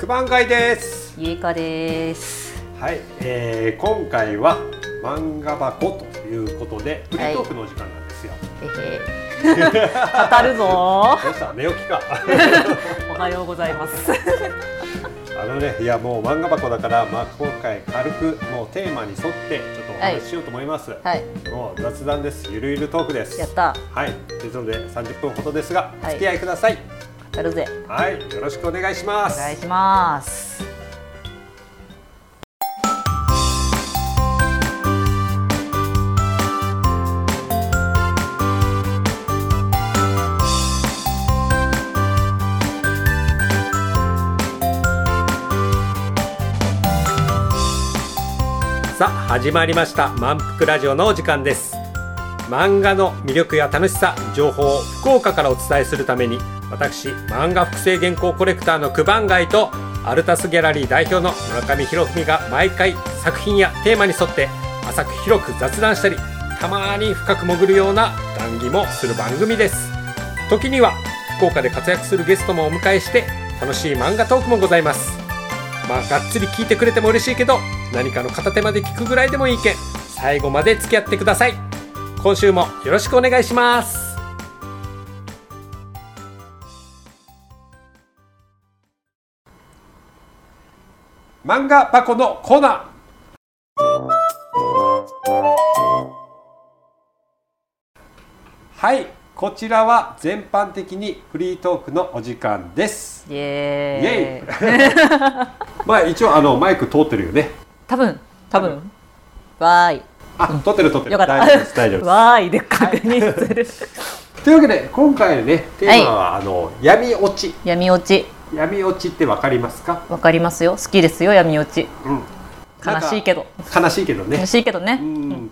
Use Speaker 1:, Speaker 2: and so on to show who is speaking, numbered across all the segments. Speaker 1: 九番会です。
Speaker 2: ゆいかです。
Speaker 1: はい、えー、今回は漫画箱ということで、フリートークのお時間なんですよ。
Speaker 2: えへ 語るぞ
Speaker 1: どうした寝起き か。
Speaker 2: おはようございます。
Speaker 1: あのね、いやもう漫画箱だから、まあ今回軽くもうテーマに沿ってちょっとお話ししようと思います。
Speaker 2: はい、
Speaker 1: もう雑談です。ゆるゆるトークです。
Speaker 2: やった、
Speaker 1: はい、ですので30分ほどですが、お
Speaker 2: はい
Speaker 1: 付き合いください。
Speaker 2: 語るぜ。
Speaker 1: はい、よろしくお願いします。
Speaker 2: お願いします。
Speaker 1: さあ始まりました満腹ラジオのお時間です漫画の魅力や楽しさ情報を福岡からお伝えするために私漫画複製原稿コレクターの九番街とアルタスギャラリー代表の村上博文が毎回作品やテーマに沿って浅く広く雑談したりたまに深く潜るような談義もする番組です時には福岡で活躍するゲストもお迎えして楽しい漫画トークもございますまあがっつり聞いてくれても嬉しいけど何かの片手まで聞くぐらいでもいいけん最後まで付き合ってください今週もよろしくお願いします漫画箱のコーナーはいこちらは全般的にフリートークのお時間です
Speaker 2: イ
Speaker 1: イエ
Speaker 2: エーイ。
Speaker 1: イ まあ一応あのマイク通ってるよね。
Speaker 2: 多分、多分。わー
Speaker 1: あ、通ってる通って
Speaker 2: い。
Speaker 1: る。
Speaker 2: よかった。
Speaker 1: 大丈夫です大丈夫で
Speaker 2: わーいで確認する。
Speaker 1: す。というわけで今回のねテーマは、あの闇落ち。
Speaker 2: 闇落ち、
Speaker 1: 闇落ちってわかりますか？
Speaker 2: わかりますよ。好きですよ、闇落ち。
Speaker 1: うん。
Speaker 2: 悲しいけど。
Speaker 1: ど。悲しいけど
Speaker 2: 悲
Speaker 1: ね。
Speaker 2: しいけど
Speaker 1: う
Speaker 2: ね。
Speaker 1: ん。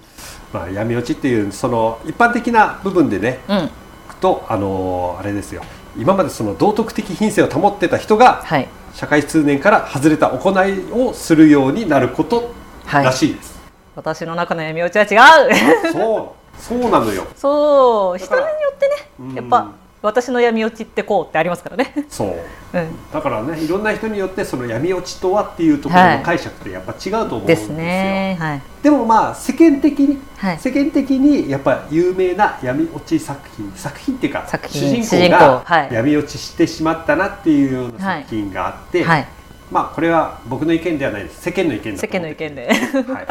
Speaker 1: まあ闇落ちっていうその一般的な部分でね
Speaker 2: うん、
Speaker 1: とあのあれですよ。今までその道徳的品性を保ってた人が
Speaker 2: はい。
Speaker 1: 社会通念から外れた行いをするようになること
Speaker 2: はい
Speaker 1: らしいです。
Speaker 2: 私の中の闇落ちは違う。
Speaker 1: そう、そうなのよ。
Speaker 2: そう、
Speaker 1: だ
Speaker 2: 人
Speaker 1: か
Speaker 2: に
Speaker 1: ら
Speaker 2: よって
Speaker 1: うん
Speaker 2: ね、やっぱ。私の闇落ちってこうってありますからね。
Speaker 1: そう。
Speaker 2: うん、
Speaker 1: だからねいろんな人によってその闇落ちとはっていうところの解釈ってやっぱ違うと思うんで
Speaker 2: です
Speaker 1: よ、
Speaker 2: すね。はい。
Speaker 1: でもまあ世間的に、
Speaker 2: はい
Speaker 1: 世間的にやっぱ有名な闇落ち作品作品っていうか
Speaker 2: 作
Speaker 1: 主人公
Speaker 2: 品
Speaker 1: が
Speaker 2: 主人公はい
Speaker 1: 闇落ちしてしまったなっていうような
Speaker 2: はい
Speaker 1: 作品があって、
Speaker 2: はい。
Speaker 1: まあこれは僕の意見ではないです世間の意見だと
Speaker 2: 世
Speaker 1: 思っ
Speaker 2: 間の
Speaker 1: て
Speaker 2: 意見で。
Speaker 1: はい、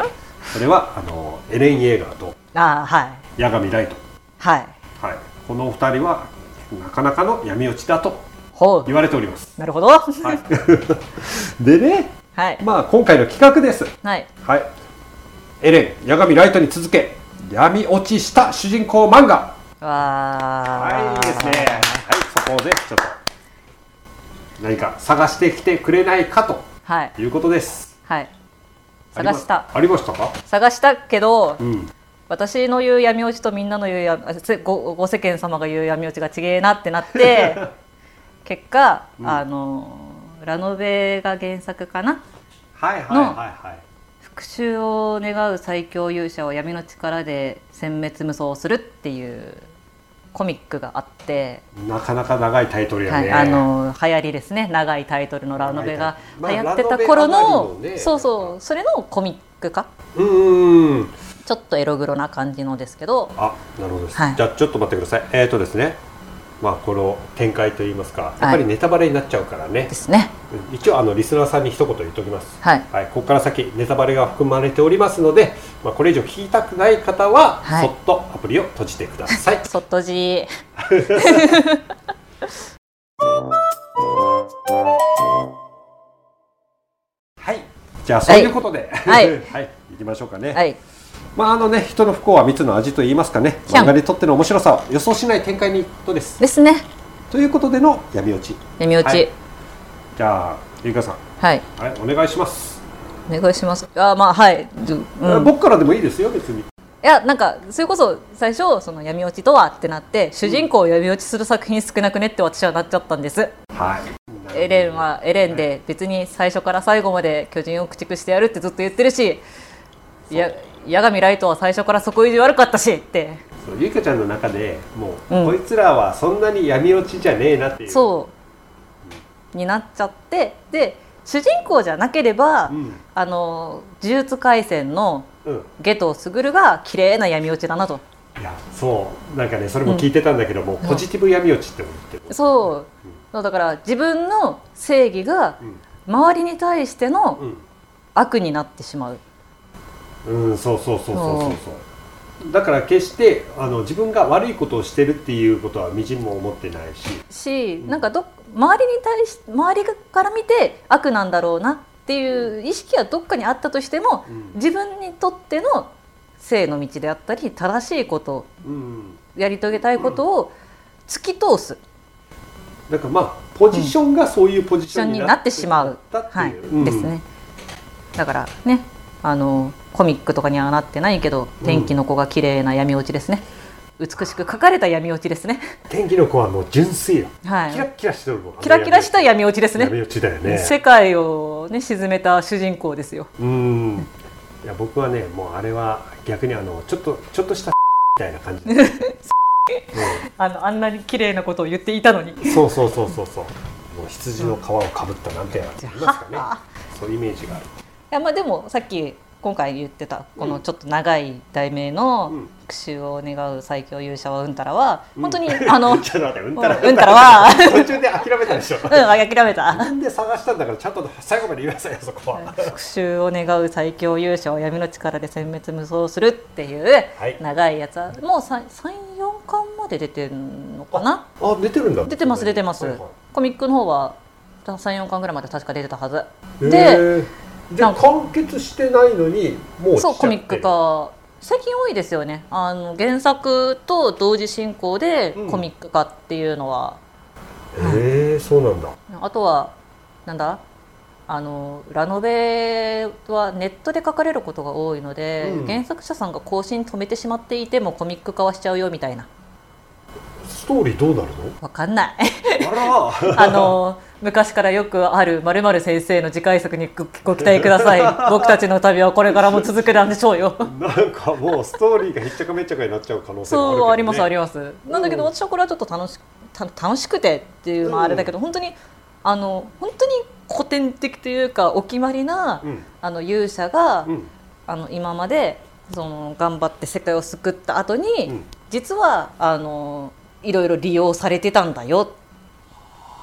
Speaker 1: それはあのエレン・イェーガーと
Speaker 2: ああ、はい。
Speaker 1: 八神ライト、
Speaker 2: はい。
Speaker 1: はい、このお二人はなかなかの闇落ちだと
Speaker 2: ほ
Speaker 1: 言われております。
Speaker 2: う。なるほど。は
Speaker 1: はい でね
Speaker 2: い。
Speaker 1: まあ今回の企画です。
Speaker 2: はい。
Speaker 1: はい。エレン、八神ライトに続け、闇落ちした主人公漫画。
Speaker 2: わあ。
Speaker 1: はい、いいですね。はい、そこでちょっと何か探してきてくれないかと
Speaker 2: はい。
Speaker 1: いうことです。
Speaker 2: はい。探した。
Speaker 1: ありましたか？
Speaker 2: 探したけど、
Speaker 1: うん。
Speaker 2: 私の言う闇落ちとみんなの言うやあせごご世間様が言う闇落ちがちげえなってなって 結果、あのラノベが原作かな
Speaker 1: はいはい
Speaker 2: の
Speaker 1: はいはい。
Speaker 2: 復讐を願う最強勇者を闇の力で殲滅無双するっていうコミックがあって、
Speaker 1: なかなか長いタイトルや
Speaker 2: は
Speaker 1: ね。
Speaker 2: い、あの流行りですね長いタイトルのラノベが流行ってた頃
Speaker 1: まあラノベ
Speaker 2: の、
Speaker 1: 上がりのね
Speaker 2: そうそうそれのコミック化
Speaker 1: うんうんうん。
Speaker 2: ちょっとエログロな感じのですけど
Speaker 1: あ、なるほどです。
Speaker 2: はい
Speaker 1: じゃあちょっと待ってください。えっ、ー、とですね。まあこの展開といいますか、やっぱりネタバレになっちゃうからね
Speaker 2: で。すね
Speaker 1: 一応あのリスナーさんに一言言っておきます。
Speaker 2: はい
Speaker 1: はい、ここから先ネタバレが含まれておりますので、まあ、これ以上聞きたくない方は、
Speaker 2: はい
Speaker 1: そっとアプリを閉じてください
Speaker 2: そっとじー
Speaker 1: はいじゃあそういうことでは
Speaker 2: はい
Speaker 1: はい、行きましょうかね、
Speaker 2: はい
Speaker 1: まああのね人の不幸は蜜の味と言いますかね
Speaker 2: キャ
Speaker 1: 漫
Speaker 2: ン
Speaker 1: 画にとっての面白さを予想しない展開にとです
Speaker 2: ですね
Speaker 1: ということでの闇落ち
Speaker 2: 闇落
Speaker 1: はい
Speaker 2: ち
Speaker 1: じゃあゆうかさん
Speaker 2: はい、
Speaker 1: はいお願いします、
Speaker 2: お願いしますあーまあはい、じゅうん、い
Speaker 1: 僕からでもいいですよ別に
Speaker 2: やなんかそれこそ最初その闇落ちとはってなって主人公を闇落ちする作品少なくねって私はなっちゃったんです
Speaker 1: はい
Speaker 2: エレンはエレンで別に最初から最後まで巨人を駆逐してやるってずっと言ってるしや八神ライトは最初からそこ意地悪かったしって
Speaker 1: そうゆうかちゃんの中でもう、
Speaker 2: うん
Speaker 1: こいつらはそんなに闇落ちじゃねえなっていう
Speaker 2: そうになっちゃってで主人公じゃなければ、
Speaker 1: うん
Speaker 2: あの呪術廻戦の
Speaker 1: うん
Speaker 2: 下藤卓が綺麗な闇落ちだなと
Speaker 1: いやそうなんかねそれも聞いてたんだけど、もうポジティブ闇落ちって思ってる、
Speaker 2: そうそうだから自分の正義が
Speaker 1: うん
Speaker 2: 周りに対しての悪になってしまう、
Speaker 1: うん、うん、そうそうそうそうそうそうだから決してあの自分が悪いことをしてるっていうことはみじんも思ってないし
Speaker 2: しなんかど周りに対し周りから見て悪なんだろうなっていう意識はどっかにあったとしても、
Speaker 1: うん
Speaker 2: 自分にとっての正の道であったり正しいこと
Speaker 1: うん
Speaker 2: やり遂げたいことを突き通す、
Speaker 1: なんかまあポジションがそういうポジションに
Speaker 2: に
Speaker 1: な
Speaker 2: な
Speaker 1: っ
Speaker 2: ってて
Speaker 1: し
Speaker 2: し
Speaker 1: ま
Speaker 2: ま
Speaker 1: っ
Speaker 2: う
Speaker 1: たって
Speaker 2: はい
Speaker 1: いう、うん
Speaker 2: ですねだからねあのコミックとかにはなってないけど天気の子が綺麗な闇落ちですね美しく描かれた闇落ちですね
Speaker 1: 天気の子はもう純粋よ、
Speaker 2: はい
Speaker 1: キラッキラしてるもん
Speaker 2: キラキラした闇落ちです
Speaker 1: 闇
Speaker 2: ね
Speaker 1: 落ちだよね
Speaker 2: 世界をね沈めた主人公ですよ
Speaker 1: うんいや僕はねもうあれは逆にあのちょっとちょっとしたみたいな 感じ、うん、
Speaker 2: あのあんなに綺麗なことを言っていたのに
Speaker 1: そうそうそうそうそうもう羊の皮をかぶったなんてやついます
Speaker 2: は
Speaker 1: かねそういうイメージがある
Speaker 2: いやまあでもさっき今回言ってたこのちょっと長い題名
Speaker 1: う
Speaker 2: の
Speaker 1: ん
Speaker 2: 「復讐を願う最強勇者はうんたら」は
Speaker 1: うん
Speaker 2: 本当にあの
Speaker 1: うん ちょっと待ってうんたら
Speaker 2: うんうんたらは
Speaker 1: 途中で諦めたでしょ
Speaker 2: うん諦めた
Speaker 1: なんで探したんだからちゃんと最後まで言いなさいよそこは、
Speaker 2: 復讐を願う最強勇者を闇の力で殲滅無双するっていう
Speaker 1: はい
Speaker 2: 長いやつはもう34巻まで出てるのかな
Speaker 1: あ出てるんだ
Speaker 2: 出てます出てます、
Speaker 1: はいはい
Speaker 2: コミックの方は34巻ぐらいまで確か出てたはずで
Speaker 1: へーで
Speaker 2: なんか
Speaker 1: 完結してないのにもう
Speaker 2: そう
Speaker 1: 来ちゃ
Speaker 2: コ
Speaker 1: って
Speaker 2: ミック化最近多いですよねあの原作と同時進行で
Speaker 1: うん
Speaker 2: コミック化っていうのは、
Speaker 1: へえそうなんだ
Speaker 2: あとはなんだあのラノベはネットで書かれることが多いので、
Speaker 1: うん
Speaker 2: 原作者さんが更新止めてしまっていてもコミック化はしちゃうよみたいな
Speaker 1: ストーリーどうなる の
Speaker 2: わかんない
Speaker 1: あら
Speaker 2: あの昔からよくある「まる先生の次回作にごご期待ください僕たちの旅はこれからも続くなんでしょうよ」
Speaker 1: なんかもうストーリーがひっちゃかめっちゃかになっちゃう可能性もあるけど、ね、
Speaker 2: そうありますあり
Speaker 1: ま
Speaker 2: ますなんだけど
Speaker 1: うん
Speaker 2: 私はこれはちょっと楽した楽しくてっていうのはあれだけど、本当にあの本当に古典的というかお決まりな、
Speaker 1: うん
Speaker 2: あの勇者が、
Speaker 1: うん
Speaker 2: あの今までその頑張って世界を救った後に、
Speaker 1: うん
Speaker 2: 実はあのいろいろ利用されてたんだよ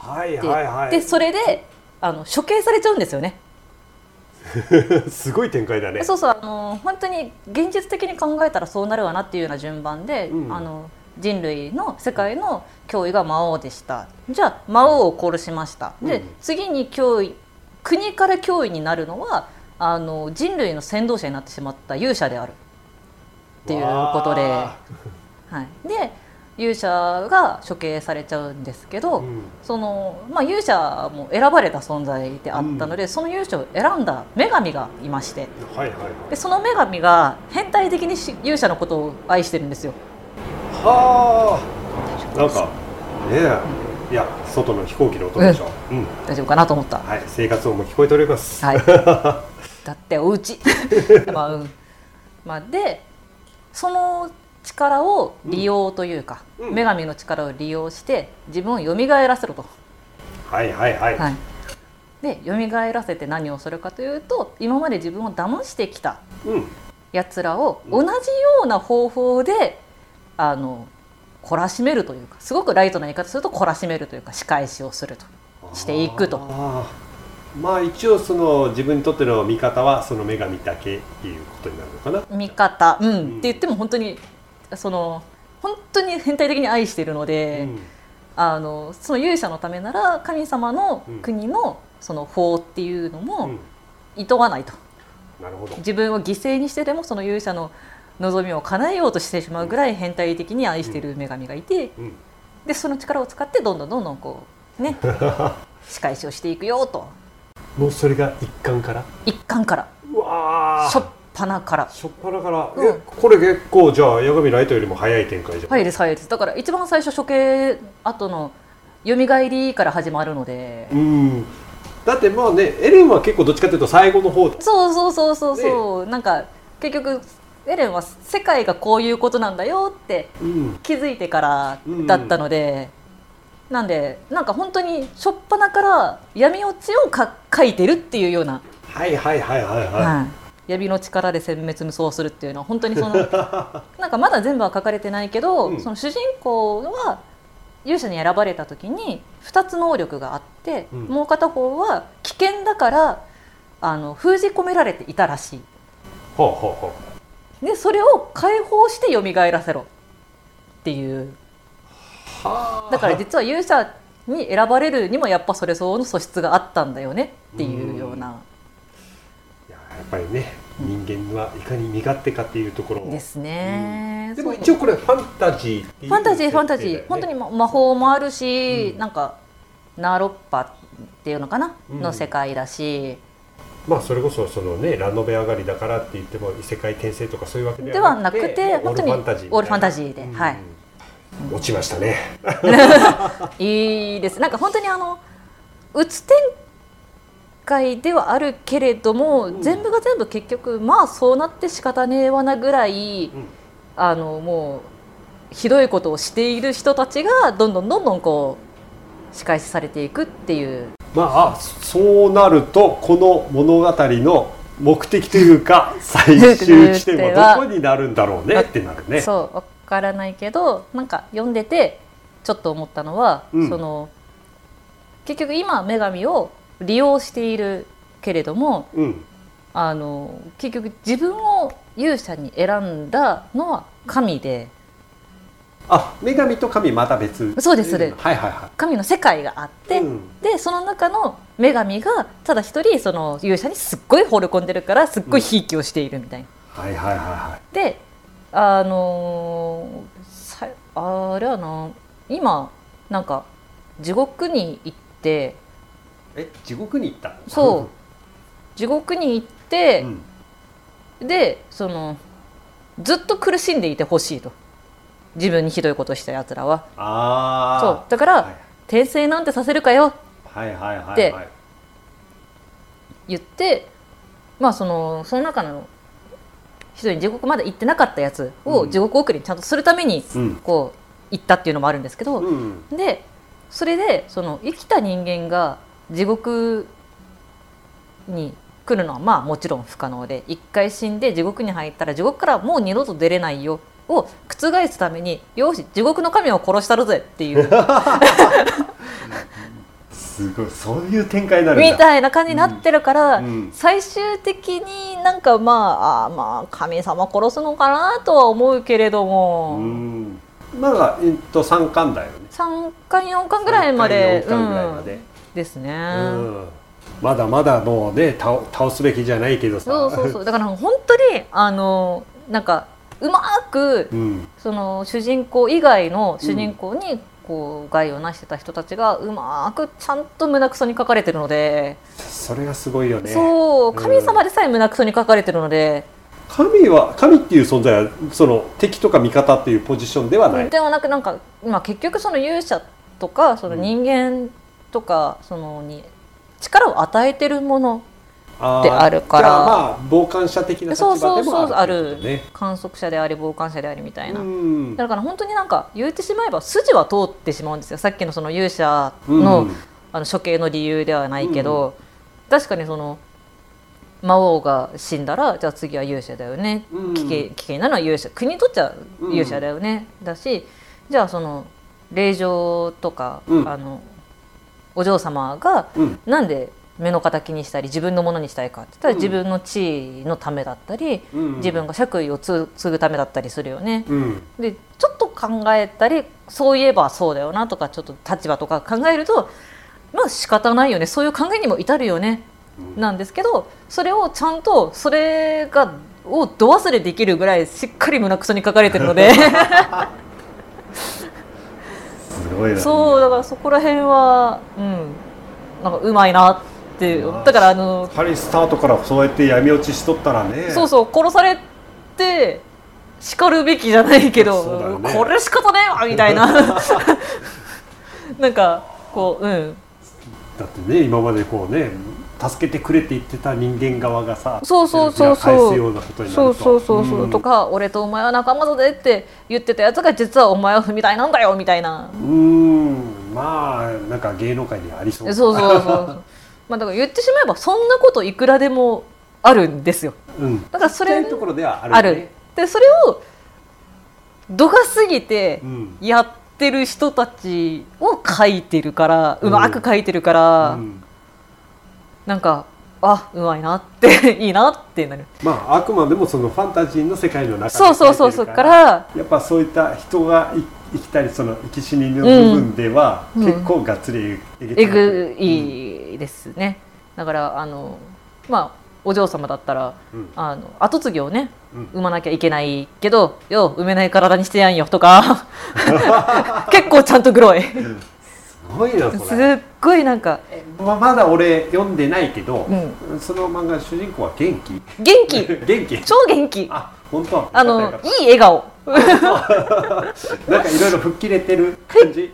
Speaker 1: はい
Speaker 2: って、
Speaker 1: はいは
Speaker 2: でそれであの処刑されちゃうんですよね。
Speaker 1: い すごい展開だね
Speaker 2: そうそうあの本当に現実的に考えたらそうなるわなっていうような順番で、
Speaker 1: うん
Speaker 2: あの人類の世界の脅威が魔王でしたじゃあ魔王を殺しました、
Speaker 1: う
Speaker 2: で
Speaker 1: ん
Speaker 2: 次に脅威国から脅威になるのはあの人類の先導者になってしまった勇者であるっていうことで,、は
Speaker 1: わ
Speaker 2: い、で勇者が処刑されちゃうんですけど、
Speaker 1: ーうん
Speaker 2: そのまあ、勇者も選ばれた存在であったので、その勇者を選んだ女神がいまして。
Speaker 1: はいはいはい
Speaker 2: でその女神が変態的にし勇者のことを愛してるんですよ
Speaker 1: はあなんかねえいや外の飛行機の音でしょ、うん
Speaker 2: 大丈夫かなと思った、
Speaker 1: はい生活音も聞こえております、
Speaker 2: はい、 だってお家まあうんまあ、でその力を利用というか、
Speaker 1: うん
Speaker 2: 女神の力を利用して自分を蘇らせろと、
Speaker 1: はい、はいはい
Speaker 2: はい、で蘇らせて何をするかというと今まで自分を騙してきた
Speaker 1: うん
Speaker 2: やつらを同じような方法であの懲らしめるというかすごくライトな言い方すると懲らしめるというか仕返しをするとしていくと
Speaker 1: あーまあ一応その自分にとっての見方はその女神だけっていうことになるのかな
Speaker 2: 見方、うん
Speaker 1: うん
Speaker 2: って言っても本当にその本当に変態的に愛しているので、
Speaker 1: うん
Speaker 2: あのその勇者のためなら神様の国のその法っていうの
Speaker 1: う
Speaker 2: も
Speaker 1: ん
Speaker 2: 厭わないと
Speaker 1: なるほど
Speaker 2: 自分を犠牲にしてでもその勇者の望みを叶えようとしてしまうぐらい変態的に愛している女神がいて、
Speaker 1: うん
Speaker 2: でその力を使ってどんどんどんどんこ うね仕返しをしていくよと
Speaker 1: もうそれが一貫から
Speaker 2: 一貫から
Speaker 1: うわー
Speaker 2: 初っ端から
Speaker 1: しょっぱなから、
Speaker 2: うん
Speaker 1: えこれ結構じゃあ矢神ライトよりも早い展開じゃん、
Speaker 2: はいですはいですだから一番最初処刑後のよみがえりから始まるので、
Speaker 1: うんだってまあねエレンは結構どっちかというと最後の方だ
Speaker 2: そうそうそうそうそう、なんか結局エレンは世界がこういうことなんだよって
Speaker 1: うん
Speaker 2: 気づいてからだったので、なんでなんか本当に初っ端から闇落ちをか書いてるっていうような、
Speaker 1: はいはいはいはいは
Speaker 2: はい闇の力で殲滅無双するっていうのは本当にそのなんかまだ全部は書かれてないけど、
Speaker 1: うん
Speaker 2: その主人公は勇者に選ばれた時に2つ能力があって、
Speaker 1: うん
Speaker 2: もう片方は危険だからあの封じ込められていたらしい。
Speaker 1: いほうほうほ
Speaker 2: でそれを解放して蘇らせろっていう
Speaker 1: うはあ
Speaker 2: だから実は勇者に選ばれるにもやっぱそれ相応の素質があったんだよねっていうような、
Speaker 1: いややっぱりね人間はいかに身勝手かっていうところ
Speaker 2: ですね、
Speaker 1: でも一
Speaker 2: そう
Speaker 1: 応これファンタジーっていう
Speaker 2: ファンタジーファンタジ
Speaker 1: 設定だよね
Speaker 2: ー、本当にま魔法もあるし、
Speaker 1: うん
Speaker 2: なんかナーロッパっていうのかな、
Speaker 1: うん
Speaker 2: の世界だし
Speaker 1: まあそれこそそのねラノベ上がりだからって言っても異世界転生とかそういうわけで
Speaker 2: ではなくて
Speaker 1: もう
Speaker 2: 本当に
Speaker 1: オールファンタジー
Speaker 2: オールファンタジーで、
Speaker 1: うん
Speaker 2: はい
Speaker 1: 落ちましたね
Speaker 2: いいですなんか本当にあのうつ展開ではあるけれども、
Speaker 1: うん
Speaker 2: 全部が全部結局まあそうなって仕方ねえわなぐらい、
Speaker 1: うん
Speaker 2: あのもうひどいことをしている人たちがどんどんどんどんこう仕返しされていくっていう
Speaker 1: まああそうなるとこの物語の目的というか最終地 点はどこになるんだろうねってなるね。
Speaker 2: そうわからないけどなんか読んでてちょっと思ったのは、
Speaker 1: うん
Speaker 2: その結局今女神を利用しているけれども
Speaker 1: うん、
Speaker 2: あの結局自分を勇者に選んだのは神で
Speaker 1: あ女神と神また別
Speaker 2: そうですそうです
Speaker 1: はいはいは
Speaker 2: 神の世界があっ
Speaker 1: い。
Speaker 2: て、
Speaker 1: うん
Speaker 2: でその中の女神がただ一人その勇者にすっごい惚れ込んでるからすっごいひいきをしているみたいな。
Speaker 1: はいはいはいは
Speaker 2: であのーさあれはな今なんか地獄に行って
Speaker 1: い。え地獄に行った。
Speaker 2: そう地獄に行って
Speaker 1: う、ん
Speaker 2: でそのずっと苦しんでいてほしいと自分にひどいことしたやつらはそう
Speaker 1: あ
Speaker 2: だから、
Speaker 1: あ。はい
Speaker 2: 転生なんてさせるかよ
Speaker 1: はいはいはい
Speaker 2: で
Speaker 1: はい。
Speaker 2: 言ってまあそのその中の一人に地獄まだ行ってなかったやつ
Speaker 1: う
Speaker 2: を
Speaker 1: ん
Speaker 2: 地獄送りにちゃんとするために
Speaker 1: うん。
Speaker 2: こう行ったっていうのもあるんですけど、
Speaker 1: うん。
Speaker 2: でそれでその生きた人間が地獄に来るのはまあもちろん不可能で一回死んで地獄に入ったら地獄からもう二度と出れないよを覆すためによし地獄の神を殺したるぜっていう
Speaker 1: すごいそういう展開になるんだ。
Speaker 2: みたいな感じになってるから、
Speaker 1: うん
Speaker 2: 最終的になんかまああーまあ神様殺すのかなとは思うけれど
Speaker 1: う
Speaker 2: も、
Speaker 1: ん。まだえっと三巻だよね。
Speaker 2: 三3巻4巻ぐらいまで
Speaker 1: 三巻四巻ぐらいま
Speaker 2: う
Speaker 1: で
Speaker 2: ん。ですね。
Speaker 1: うんまだまだもうね倒倒すべきじゃないけどさ
Speaker 2: そうそうそうだから本当にあのなんかうまく
Speaker 1: うん、
Speaker 2: その主人公以外の主人公にこう害をなしてた人たちがうまくちゃんと胸くそに書かれてるので、
Speaker 1: それがすごいよね
Speaker 2: そう
Speaker 1: うん
Speaker 2: 神様でさえ胸くそに書かれてるので、
Speaker 1: 神は神っていう存在はその敵とか味方っていうポジションではない、
Speaker 2: でもなくなんか、まあ、結局その勇者とかその
Speaker 1: うん
Speaker 2: 人間とかそのに力を与えてるもの
Speaker 1: あー
Speaker 2: であるから
Speaker 1: じゃあまあ傍観者的な立場
Speaker 2: そ
Speaker 1: で
Speaker 2: う
Speaker 1: もある
Speaker 2: そうそうある
Speaker 1: っていうこ
Speaker 2: 観測者であり傍観者でありみたい
Speaker 1: と
Speaker 2: な。
Speaker 1: ねうん
Speaker 2: だから本当になんか言ってしまえば筋は通ってしまうんですよさっきのその勇者の,、
Speaker 1: うん
Speaker 2: あの処刑の理由ではないけど、確かにその魔王が死んだらじゃあ次は勇者だよね、
Speaker 1: うん
Speaker 2: 危険危険なのは勇者国にとっちゃ勇者だよね、だしじゃあその霊場とか、
Speaker 1: うん
Speaker 2: あのお嬢様が
Speaker 1: うん
Speaker 2: なんで目の敵にしたり自分のものにしたいかって言ったら、
Speaker 1: うん
Speaker 2: 自分の地位のためだったり、
Speaker 1: うん
Speaker 2: 自分が爵位を継継ぐためだったりするよね。
Speaker 1: うん
Speaker 2: でちょっと考えたりそういえばそうだよなとかちょっと立場とか考えるとまあ仕方ないよねそういう考えにも至るよね
Speaker 1: うん
Speaker 2: なんですけどそれをちゃんとそれがをど忘れできるぐらいしっかり胸くそに書かれてる ので
Speaker 1: すごいな
Speaker 2: そうだからそこら辺はうんなんかうまいなって
Speaker 1: うわ
Speaker 2: だからあの
Speaker 1: パリスタートからそうやって闇落ちしとったらね
Speaker 2: そうそう殺されて叱るべきじゃないけ
Speaker 1: そうだよ
Speaker 2: ど、
Speaker 1: ね
Speaker 2: これ仕方ねえわみたいな なんかこううん
Speaker 1: だってね今までこうね助けてくれって言ってた人間側がさ
Speaker 2: そうそうそうそう
Speaker 1: 手のひら返すようなことになる
Speaker 2: そ
Speaker 1: と
Speaker 2: うそうそうそう、
Speaker 1: ん
Speaker 2: とか俺とお前は仲間だぜって言ってたやつが実はお前は踏み台なんだよみたいな
Speaker 1: うーんまあなんか芸能界にありそう
Speaker 2: そうそうそうそう まあだから言ってしまえばそんなこといくらでもあるんですよ
Speaker 1: うん
Speaker 2: だからそれ
Speaker 1: ちっちゃいところではある
Speaker 2: あ
Speaker 1: よ
Speaker 2: る
Speaker 1: ね
Speaker 2: でそれを度が過ぎて
Speaker 1: うん
Speaker 2: やってる人たちを書いてるから、
Speaker 1: う
Speaker 2: うんまく書いてるから、
Speaker 1: うん
Speaker 2: なんかあうまいなって いいなってなる
Speaker 1: まああくまでもそのファンタジーの世界の中で
Speaker 2: そうそうそう
Speaker 1: 書
Speaker 2: そ
Speaker 1: いて
Speaker 2: っ
Speaker 1: る
Speaker 2: から
Speaker 1: やっぱそういった人がい生きたりその生き死にの部分では、
Speaker 2: うん
Speaker 1: 結構がっつりえげ
Speaker 2: え
Speaker 1: つな
Speaker 2: ぐいですね、だからあのまあお嬢様だったら
Speaker 1: うん
Speaker 2: あの後継ぎをね
Speaker 1: うん
Speaker 2: 産まなきゃいけないけどよう産めない体にしてやんよ とか結構ちゃんとグロい
Speaker 1: すごいな
Speaker 2: す
Speaker 1: それ
Speaker 2: っごいなんか、
Speaker 1: えままだ俺読んでないけど、
Speaker 2: うん、
Speaker 1: その漫画の主人公は元気
Speaker 2: 元気
Speaker 1: 元気
Speaker 2: 超元気
Speaker 1: あ本当
Speaker 2: あ
Speaker 1: よ
Speaker 2: の
Speaker 1: かったよ
Speaker 2: いい笑顔
Speaker 1: かったなんかいろいろ吹っ切れてる
Speaker 2: 吹っ
Speaker 1: 感
Speaker 2: 切
Speaker 1: じ
Speaker 2: れ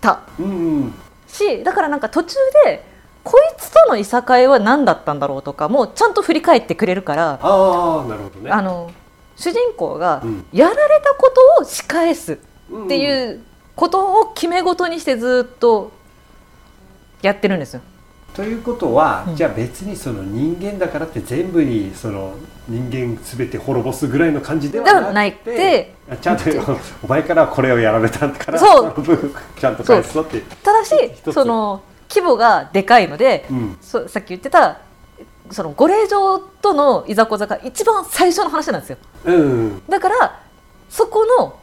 Speaker 2: た
Speaker 1: うんうん
Speaker 2: しだからなんか途中でこいつとのいさかいは何だったんだろうとかもちゃんと振り返ってくれるから
Speaker 1: ああなるほどね
Speaker 2: あの主人公が
Speaker 1: うん
Speaker 2: やられたことを仕返す
Speaker 1: っ
Speaker 2: って
Speaker 1: う
Speaker 2: いうことを決め事にしてずっとやってるんですよ。
Speaker 1: んということは、
Speaker 2: うん
Speaker 1: じゃあ別にその人間だからって全部にその人間すべて滅ぼすぐらいの感じではなく
Speaker 2: で
Speaker 1: て
Speaker 2: はないって
Speaker 1: あちゃんと お前からはこれをやられたんだから
Speaker 2: そう
Speaker 1: の分ちゃんと返すぞっていう
Speaker 2: ただし
Speaker 1: 一つ
Speaker 2: その規模がでかいので
Speaker 1: うん
Speaker 2: そさっき言ってたそのご令嬢とのいざこざが一番最初の話なんですよ。
Speaker 1: うん
Speaker 2: だからそこの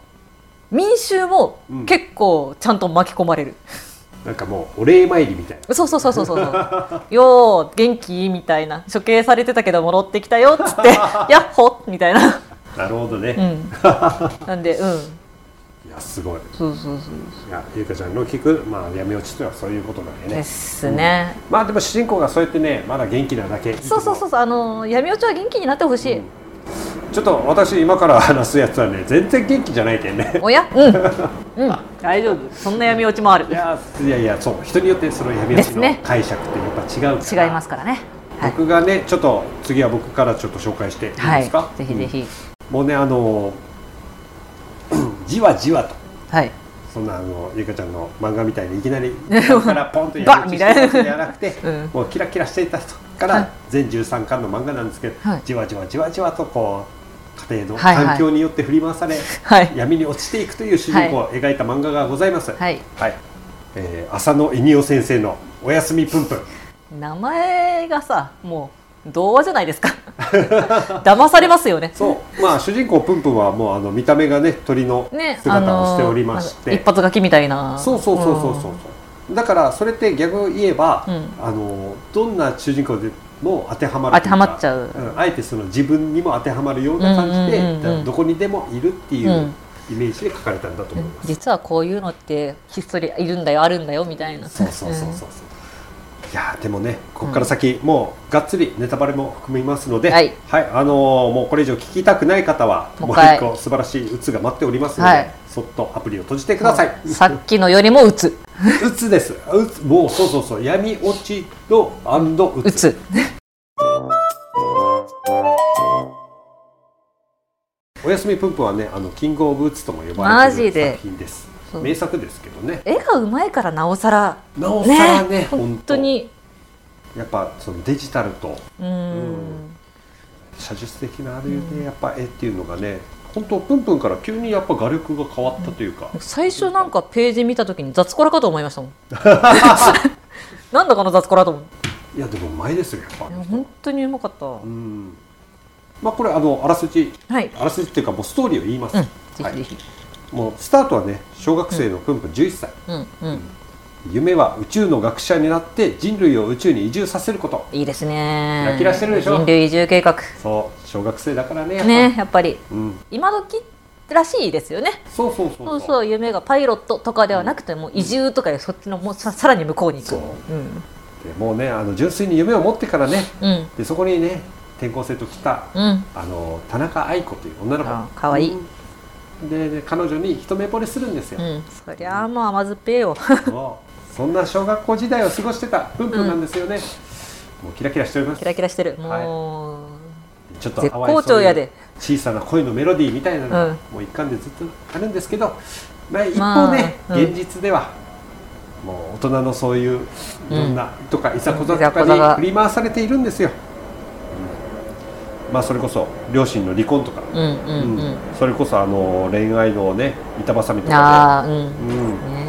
Speaker 2: 民衆も
Speaker 1: うん
Speaker 2: 結構ちゃんと巻き込まれる、
Speaker 1: なんかもうお礼参りみたいな
Speaker 2: そうそうそうそうそうよう元気みたいな処刑されてたけど戻ってきたよっつって やっほみたいな、
Speaker 1: なるほど
Speaker 2: う
Speaker 1: ね、
Speaker 2: ん、なんでうん
Speaker 1: いやすごい
Speaker 2: そうそうそう
Speaker 1: いやゆうかちゃんの聞く、まあ、やめ落ちというのはそういうことなんで
Speaker 2: で
Speaker 1: ね
Speaker 2: すね、
Speaker 1: まあでも主人公がそうやってねまだ元気なだけ
Speaker 2: そうそうそうそうあの闇落ちは元気になってほしい、
Speaker 1: ちょっと私今から話すやつはね全然元気じゃないけんね
Speaker 2: おやうん、うん、大丈夫そんな闇落ちもある
Speaker 1: いやいやいやそう人によってその闇落ち
Speaker 2: で
Speaker 1: の
Speaker 2: すね
Speaker 1: 解釈ってやっぱ違う
Speaker 2: 違
Speaker 1: から
Speaker 2: いますからねはい、
Speaker 1: 僕がねちょっと次は僕からちょっと紹介していいですか、
Speaker 2: はい、ぜひぜひ、
Speaker 1: うんもうねあの じわじわと
Speaker 2: はい
Speaker 1: そんなあのゆかちゃんの漫画みたいにいき なり上からポンとや
Speaker 2: バ
Speaker 1: る
Speaker 2: ッ
Speaker 1: し
Speaker 2: み
Speaker 1: て
Speaker 2: たいな
Speaker 1: わけではなくて、
Speaker 2: うん
Speaker 1: もうキラキラしていた人か
Speaker 2: はい
Speaker 1: ら全13巻の漫画なんですけど、
Speaker 2: はい
Speaker 1: じわじわじわじわとこう家庭の
Speaker 2: はいはい
Speaker 1: 環境によって振り回され、
Speaker 2: はい
Speaker 1: 闇に落ちていくという主人公を描いた漫画がございます。はい、
Speaker 2: はい
Speaker 1: えー浅野稲夫先生のおやすみぷんぷん。
Speaker 2: 名前がさもう童話じゃないですか 騙されますよ ね
Speaker 1: そう、まあ主人公ぷんぷんはもうあの見た目がね鳥の
Speaker 2: ね
Speaker 1: 姿をしておりまし
Speaker 2: あの
Speaker 1: て
Speaker 2: 一、発書きみたいな
Speaker 1: そうそうそうそうそうそうだからそれって逆を言えば、
Speaker 2: うん
Speaker 1: あのどんな主人公でも当てはまる
Speaker 2: 当てはまっちゃう
Speaker 1: うんあえてその自分にも当てはまるような感じで、
Speaker 2: うんうんうんうん
Speaker 1: どこにでもいるっていう
Speaker 2: うん
Speaker 1: イメージで書かれたんだと思います、
Speaker 2: 実はこういうのってひっそりいるんだよあるんだよみたいな
Speaker 1: そうそうそうそうそういやーでもねここから先、もうがっつりネタバレも含みますので、
Speaker 2: はい
Speaker 1: あのーもうこれ以上聞きたくない方は
Speaker 2: もう一回
Speaker 1: もう一個素晴らしい鬱が待っておりますので、
Speaker 2: はい
Speaker 1: そっとアプリを閉じてください。
Speaker 2: うんさっきのよりも打つ
Speaker 1: うつです。うつ、もう、そうそうそう、闇落ちと、アンドう
Speaker 2: 打
Speaker 1: つ。
Speaker 2: つ
Speaker 1: おやすみぷんぷんはね、あの、キングオブうつとも呼ばれて
Speaker 2: マジ
Speaker 1: いる
Speaker 2: で
Speaker 1: 作品です。
Speaker 2: そう
Speaker 1: 名作ですけどね。
Speaker 2: 絵がうまいからなおさら
Speaker 1: なおさらね、
Speaker 2: 本当。に
Speaker 1: やっぱ、そのデジタルと、
Speaker 2: うーん
Speaker 1: 写実的なあれで、やっぱ絵っていうのがね。本当、ぷんぷんから、急にやっぱ画力が変わったというか。
Speaker 2: 最初なんかページ見た時に雑コラかと思い ましたもんなんだこの雑コラと思って
Speaker 1: いや、でも、うまいですよ、やっぱ
Speaker 2: いや。本当にうまかった、
Speaker 1: うん。まあ、これ、あの、あらすじ、
Speaker 2: はい
Speaker 1: あらすじっていうか、もうストーリーを言います。
Speaker 2: うんぜひ
Speaker 1: はい
Speaker 2: ぜひ、
Speaker 1: もうスタートはね小学生のプンプン11歳、
Speaker 2: うんうん
Speaker 1: 夢は宇宙の学者になって人類を宇宙に移住させること
Speaker 2: いいですね
Speaker 1: キラキラしてるでしょ
Speaker 2: 人類移住計画
Speaker 1: そう小学生だからねやっぱ
Speaker 2: ねやっぱり
Speaker 1: うん、
Speaker 2: 今時らしいですよね
Speaker 1: そうそうそう
Speaker 2: そうそう夢がパイロットとかではなくてもう移住とかでそっちのもうささらに向こうに行く
Speaker 1: そう
Speaker 2: うん
Speaker 1: でもうねあの純粋に夢を持ってからね
Speaker 2: うん
Speaker 1: でそこにね転校生と来た
Speaker 2: うん
Speaker 1: あの田中愛子という女の
Speaker 2: あ
Speaker 1: 子
Speaker 2: 可愛い
Speaker 1: うんでで彼女に一目惚れするんですよ、
Speaker 2: うんそりゃあもう甘酸っぱいよ
Speaker 1: そうそんな小学校時代を過ごしてたプンプンなんですよね、もうキラキラしております
Speaker 2: キラキラしてるもう、
Speaker 1: ちょっと
Speaker 2: 絶
Speaker 1: 淡い
Speaker 2: 好調やで
Speaker 1: そういう小さな恋のメロディーみたいなのが、
Speaker 2: うん
Speaker 1: もう一貫でずっとあるんですけど、まあ、一
Speaker 2: まあ
Speaker 1: 方ね、
Speaker 2: うん
Speaker 1: 現実ではもう大人のそういういろんな、とかいざこざと
Speaker 2: いざこざ
Speaker 1: か
Speaker 2: が
Speaker 1: に振り回されているんですよ、うんまあそれこそ両親の離婚とか、
Speaker 2: うんう
Speaker 1: うんん
Speaker 2: うん
Speaker 1: それこそあの恋愛のね板挟みとか
Speaker 2: ああうん
Speaker 1: で,、うん、
Speaker 2: ね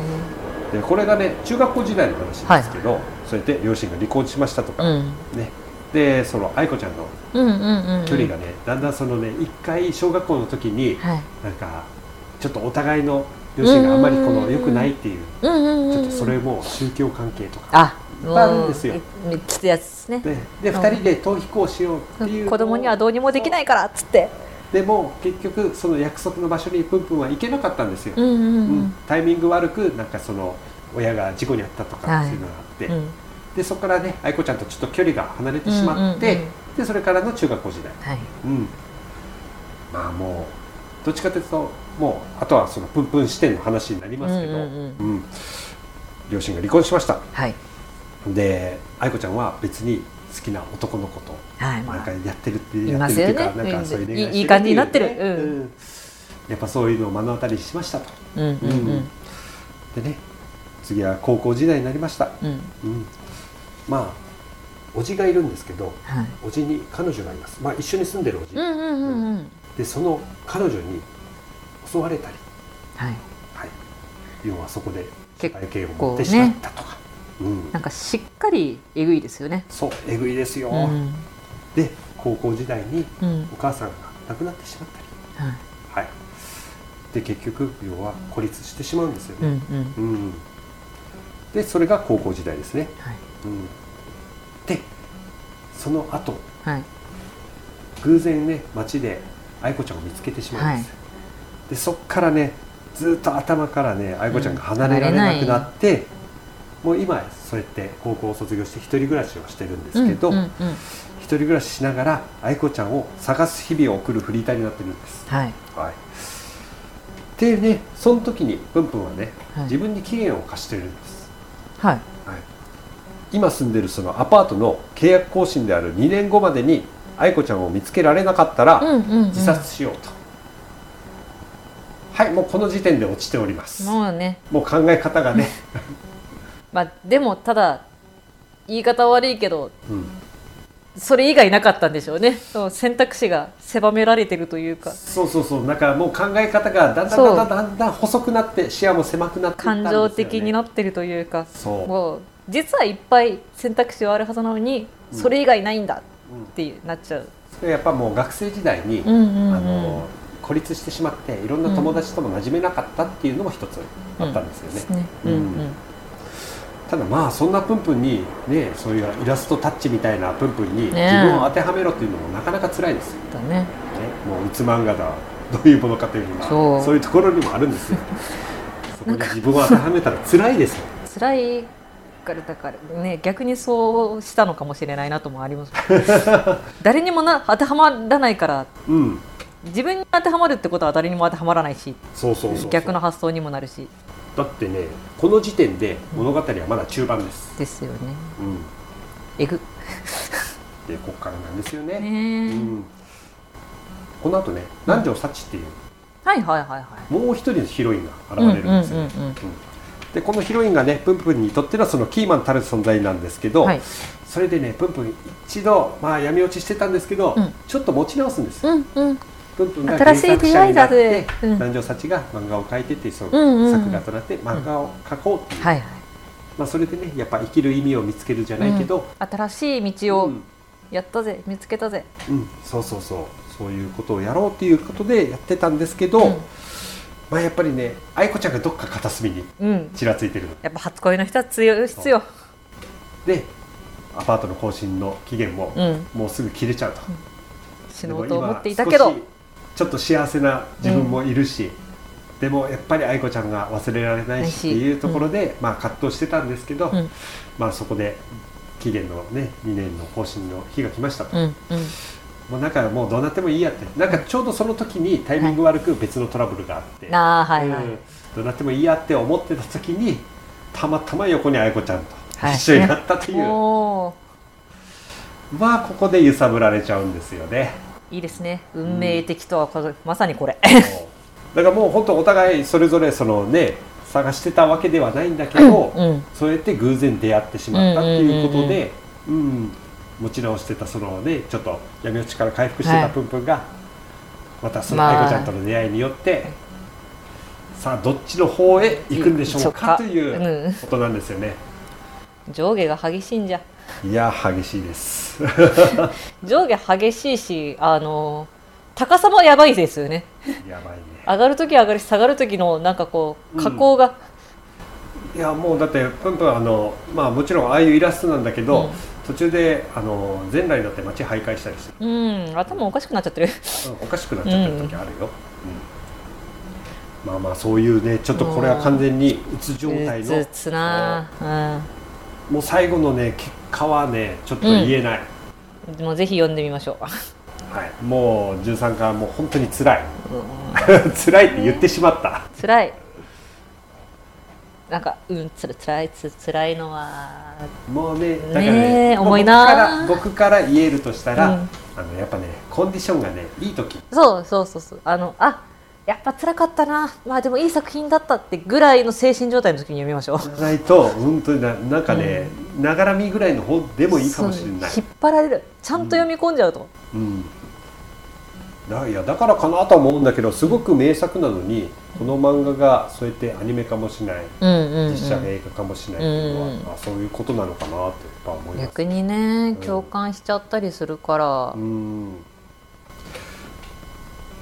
Speaker 1: でこれがね中学校時代の話ですけど、そうやって両親が離婚しましたと
Speaker 2: う
Speaker 1: か、
Speaker 2: ん
Speaker 1: ねでその愛子ちゃんの
Speaker 2: うんうんうん
Speaker 1: 距離がね、だんだんそのね一回小学校の時に
Speaker 2: はい
Speaker 1: なんかちょっとお互いの両親があんまりこ
Speaker 2: う
Speaker 1: の
Speaker 2: ん
Speaker 1: 良くないっていう
Speaker 2: うんうんうん
Speaker 1: ちょっとそれも宗教関係とか、
Speaker 2: あ
Speaker 1: いっぱいあるんですよ
Speaker 2: もういきついやつですね
Speaker 1: ね、で
Speaker 2: うん
Speaker 1: 2人で逃避行しようっていう
Speaker 2: 子供にはどうにもできないからっつって
Speaker 1: でも結局その約束の場所にプンプンは行けなかったんですよ、
Speaker 2: うんうんう
Speaker 1: うん
Speaker 2: ん
Speaker 1: タイミング悪くなんかその親が事故に遭ったとか
Speaker 2: はい
Speaker 1: そういうのがあって、
Speaker 2: うん
Speaker 1: でそこからね愛子ちゃんとちょっと距離が離れてしまって、
Speaker 2: うんうん
Speaker 1: でそれからの中学校時代、
Speaker 2: はい
Speaker 1: うん、まあもうどっちかというともうあとはそのプンプン視点の話になりますけど、
Speaker 2: うんうんう
Speaker 1: うん両親が離婚しました
Speaker 2: はい
Speaker 1: で愛子ちゃんは別に好きな男の子と
Speaker 2: はい
Speaker 1: なん
Speaker 2: ま
Speaker 1: か
Speaker 2: あ
Speaker 1: やってるって
Speaker 2: い
Speaker 1: やっ
Speaker 2: ま
Speaker 1: て
Speaker 2: す
Speaker 1: るっ
Speaker 2: よ
Speaker 1: てい
Speaker 2: ね
Speaker 1: うかなんかそういう恋愛してるっていう
Speaker 2: うん
Speaker 1: ね
Speaker 2: いい感じになってるう
Speaker 1: う
Speaker 2: ん
Speaker 1: んやっぱそういうのを目の当たりにしましたと
Speaker 2: うんうんうん
Speaker 1: でね次は高校時代になりました、
Speaker 2: うん
Speaker 1: うん、まあおじがいるんですけど
Speaker 2: はい
Speaker 1: おじに彼女がいますまあ一緒に住んでるおじ、
Speaker 2: うんうんうんうん
Speaker 1: でその彼女に襲われたり、
Speaker 2: はい
Speaker 1: はい、要はそこで
Speaker 2: 結構
Speaker 1: 体験を持ってしまったとか、うん
Speaker 2: なんかしっかりえぐいですよね
Speaker 1: そうえぐいですよ、
Speaker 2: うん
Speaker 1: で高校時代に
Speaker 2: うん
Speaker 1: お母さんが亡くなってしまったり、
Speaker 2: はい
Speaker 1: はい、で結局要は孤立してしまうんですよ
Speaker 2: うんう
Speaker 1: ね、
Speaker 2: ん
Speaker 1: うんでそれが高校時代ですね、
Speaker 2: はい
Speaker 1: うん、でその後
Speaker 2: はい
Speaker 1: 偶然ね街で愛子ちゃんを見つけてしまうんです、でそっからねずっと頭からね愛子ちゃんが離れられなくなって、もう今そうやって高校を卒業して一人暮らしをしてるんですけど、
Speaker 2: うんうんうん
Speaker 1: 一人暮らししながら愛子ちゃんを探す日々を送るフリーターになってるんです
Speaker 2: はい
Speaker 1: はい、でねその時にプンプンはね、
Speaker 2: はい
Speaker 1: 自分に期限を課してるんです、
Speaker 2: はい
Speaker 1: はい、今住んでるそのアパートの契約更新である2年後までに愛子ちゃんを見つけられなかったら
Speaker 2: うんうんうん
Speaker 1: 自殺しようと、はいもうこの時点で落ちております
Speaker 2: もうね
Speaker 1: もう考え方 がね、
Speaker 2: まあでもただ言い方悪いけど
Speaker 1: うん、
Speaker 2: それ以外なかったんでしょうねその選択肢が狭められてるというか
Speaker 1: そうそうそうだからもう考え方がだんだん
Speaker 2: そう
Speaker 1: だんだんだんだん細くなって視野も狭くなっていったん
Speaker 2: 感
Speaker 1: ですよ、ね、
Speaker 2: 情的になってるというか
Speaker 1: そう、
Speaker 2: もう実はいっぱい選択肢はあるはずなのに
Speaker 1: うん
Speaker 2: それ以外ないんだ
Speaker 1: うん
Speaker 2: っていうなっちゃう。
Speaker 1: それやっぱもう学生時代に、
Speaker 2: うんうんうん
Speaker 1: あの孤立してしまっていろんな友達とも馴染めなかったっていうのも一つあったんですよね、
Speaker 2: ねうんうん
Speaker 1: ただまあそんなプンプンにねそういうイラストタッチみたいなプンプンに自
Speaker 2: ねえ
Speaker 1: 分を当てはめろっていうのもなかなか辛いですよね
Speaker 2: だね
Speaker 1: もういつ漫画だどういうものかというのが
Speaker 2: そう
Speaker 1: そういうところにもあるん ですよそこに自分を当てはめたら辛いですよ
Speaker 2: 辛いからだからね逆にそうしたのかもしれないなともあります 誰にもな当てはまらないから
Speaker 1: うん
Speaker 2: 自分に当てはまるってことは誰にも当てはまらないし
Speaker 1: そうそうそうそう
Speaker 2: 逆の発想にもなるし
Speaker 1: だってねこの時点で物語はまだ中盤です、
Speaker 2: ですよね
Speaker 1: うん、
Speaker 2: えぐ
Speaker 1: でここからなんですよねう
Speaker 2: ね
Speaker 1: んこの後ね南條幸っていう
Speaker 2: はいはいはいはい
Speaker 1: もう一人のヒロインが
Speaker 2: うん
Speaker 1: 現れるんですよ、
Speaker 2: うんうんうん
Speaker 1: でこのヒロインがねプンプンにとってのそのキーマンたる存在なんですけど、
Speaker 2: はい
Speaker 1: それでねプンプン一度、まあ、闇落ちしてたんですけど、
Speaker 2: うん
Speaker 1: ちょっと持ち直すんですよ、
Speaker 2: うんうん
Speaker 1: プンプンが原作者になって
Speaker 2: 新しい出会いだぜうん
Speaker 1: 南條幸が漫画を描いてってその
Speaker 2: うんうんうん
Speaker 1: 作画となって漫画を描こうっていう、
Speaker 2: はいはい
Speaker 1: まあ、それでねやっぱ生きる意味を見つけるじゃないけど、
Speaker 2: うん新しい道
Speaker 1: う
Speaker 2: を
Speaker 1: ん
Speaker 2: やったぜ見つけたぜ
Speaker 1: うん、そうそうそうそういうことをやろうっていうことでやってたんですけど、
Speaker 2: うん
Speaker 1: まあやっぱりね愛子ちゃんがどっか片隅に
Speaker 2: うん
Speaker 1: ちらついてるの
Speaker 2: やっぱ初恋の人は強い必要
Speaker 1: でアパートの更新の期限も、
Speaker 2: うん
Speaker 1: もうすぐ切れちゃうと、
Speaker 2: 死
Speaker 1: で
Speaker 2: の
Speaker 1: も
Speaker 2: う
Speaker 1: 今
Speaker 2: と思っていたけど
Speaker 1: 少しちょっと幸せな自分もいるし、でもやっぱり愛子ちゃんが忘れられない
Speaker 2: ない
Speaker 1: し
Speaker 2: し
Speaker 1: っていうところで、まあ葛藤してたんですけど、
Speaker 2: うん
Speaker 1: まあそこで期限のね2年の更新の日が来ましたと、
Speaker 2: うんうん
Speaker 1: もうなんかもうどうなってもいいやってなんかちょうどその時にタイミング悪く別のトラブルがあって、
Speaker 2: なあはいは
Speaker 1: う
Speaker 2: い
Speaker 1: んどうなってもいいやって思ってた時にたまたま横に愛子ちゃんと
Speaker 2: はい
Speaker 1: 一緒になったという、
Speaker 2: も
Speaker 1: まあここで揺さぶられちゃうんですよね
Speaker 2: ういいですね運命的とはこれまさにこれ
Speaker 1: そうだからもう本当お互いそれぞれそのね探してたわけではないんだけど、
Speaker 2: うん
Speaker 1: そうやって偶然出会ってしまったっていうことで、うん持ち直してたそのねちょっと闇落ちから回復して
Speaker 2: は
Speaker 1: た
Speaker 2: い
Speaker 1: プンプンが、またその
Speaker 2: まあ
Speaker 1: 愛子ちゃんとの出会いによって、さあどっちの方へ行くんでしょうかという
Speaker 2: うん
Speaker 1: ことなんですよね。
Speaker 2: 上下が激しいんじゃ
Speaker 1: いや激しいです。
Speaker 2: 上下激しいしあの高さもやばいですよね
Speaker 1: やばいね。
Speaker 2: 上がる時は上がるし下がる時のなんかこう加工が、
Speaker 1: いやもうだってプンプンあのまあもちろんああいうイラストなんだけど、
Speaker 2: うん
Speaker 1: 途中であの前来になって街徘徊したりして、
Speaker 2: うん、頭おかしくなっちゃってる
Speaker 1: うんおかしくなっちゃってる時あるよ、うんまあまあそういうねちょっとこれは完全にうつ状態
Speaker 2: う
Speaker 1: の
Speaker 2: つつな
Speaker 1: もう最後のね結果はねちょっと言えない、
Speaker 2: うんもうぜひ読んでみましょ
Speaker 1: はい、もう13巻はもう本当に辛い
Speaker 2: う、うん、
Speaker 1: 辛いって言ってしまった
Speaker 2: つらいなんかうんつらつらいつつらいのは
Speaker 1: もうねだからね
Speaker 2: ねえ
Speaker 1: もう
Speaker 2: 重いな
Speaker 1: 僕から僕から言えるとしたら、
Speaker 2: うん
Speaker 1: あのやっぱねコンディションがねいい時
Speaker 2: そうそうそうそうあのあやっぱ辛かったなまあでもいい作品だったってぐらいの精神状態の時に読みましょう
Speaker 1: じゃないと本当にななんかね、ながらみぐらいの方でもいいかもしれない
Speaker 2: そう引っ張られるちゃんと読み込んじゃうと、
Speaker 1: うん、だいやだからかなとは思うんだけどすごく名作なのにこの漫画がそうやってアニメ化もしない
Speaker 2: うんうんうん
Speaker 1: 実写映画化もしないっていうのは、
Speaker 2: うんうん
Speaker 1: まあ、そういうことなのかなってやっぱ思います
Speaker 2: 逆にね
Speaker 1: ん
Speaker 2: 共感しちゃったりするから
Speaker 1: う、ん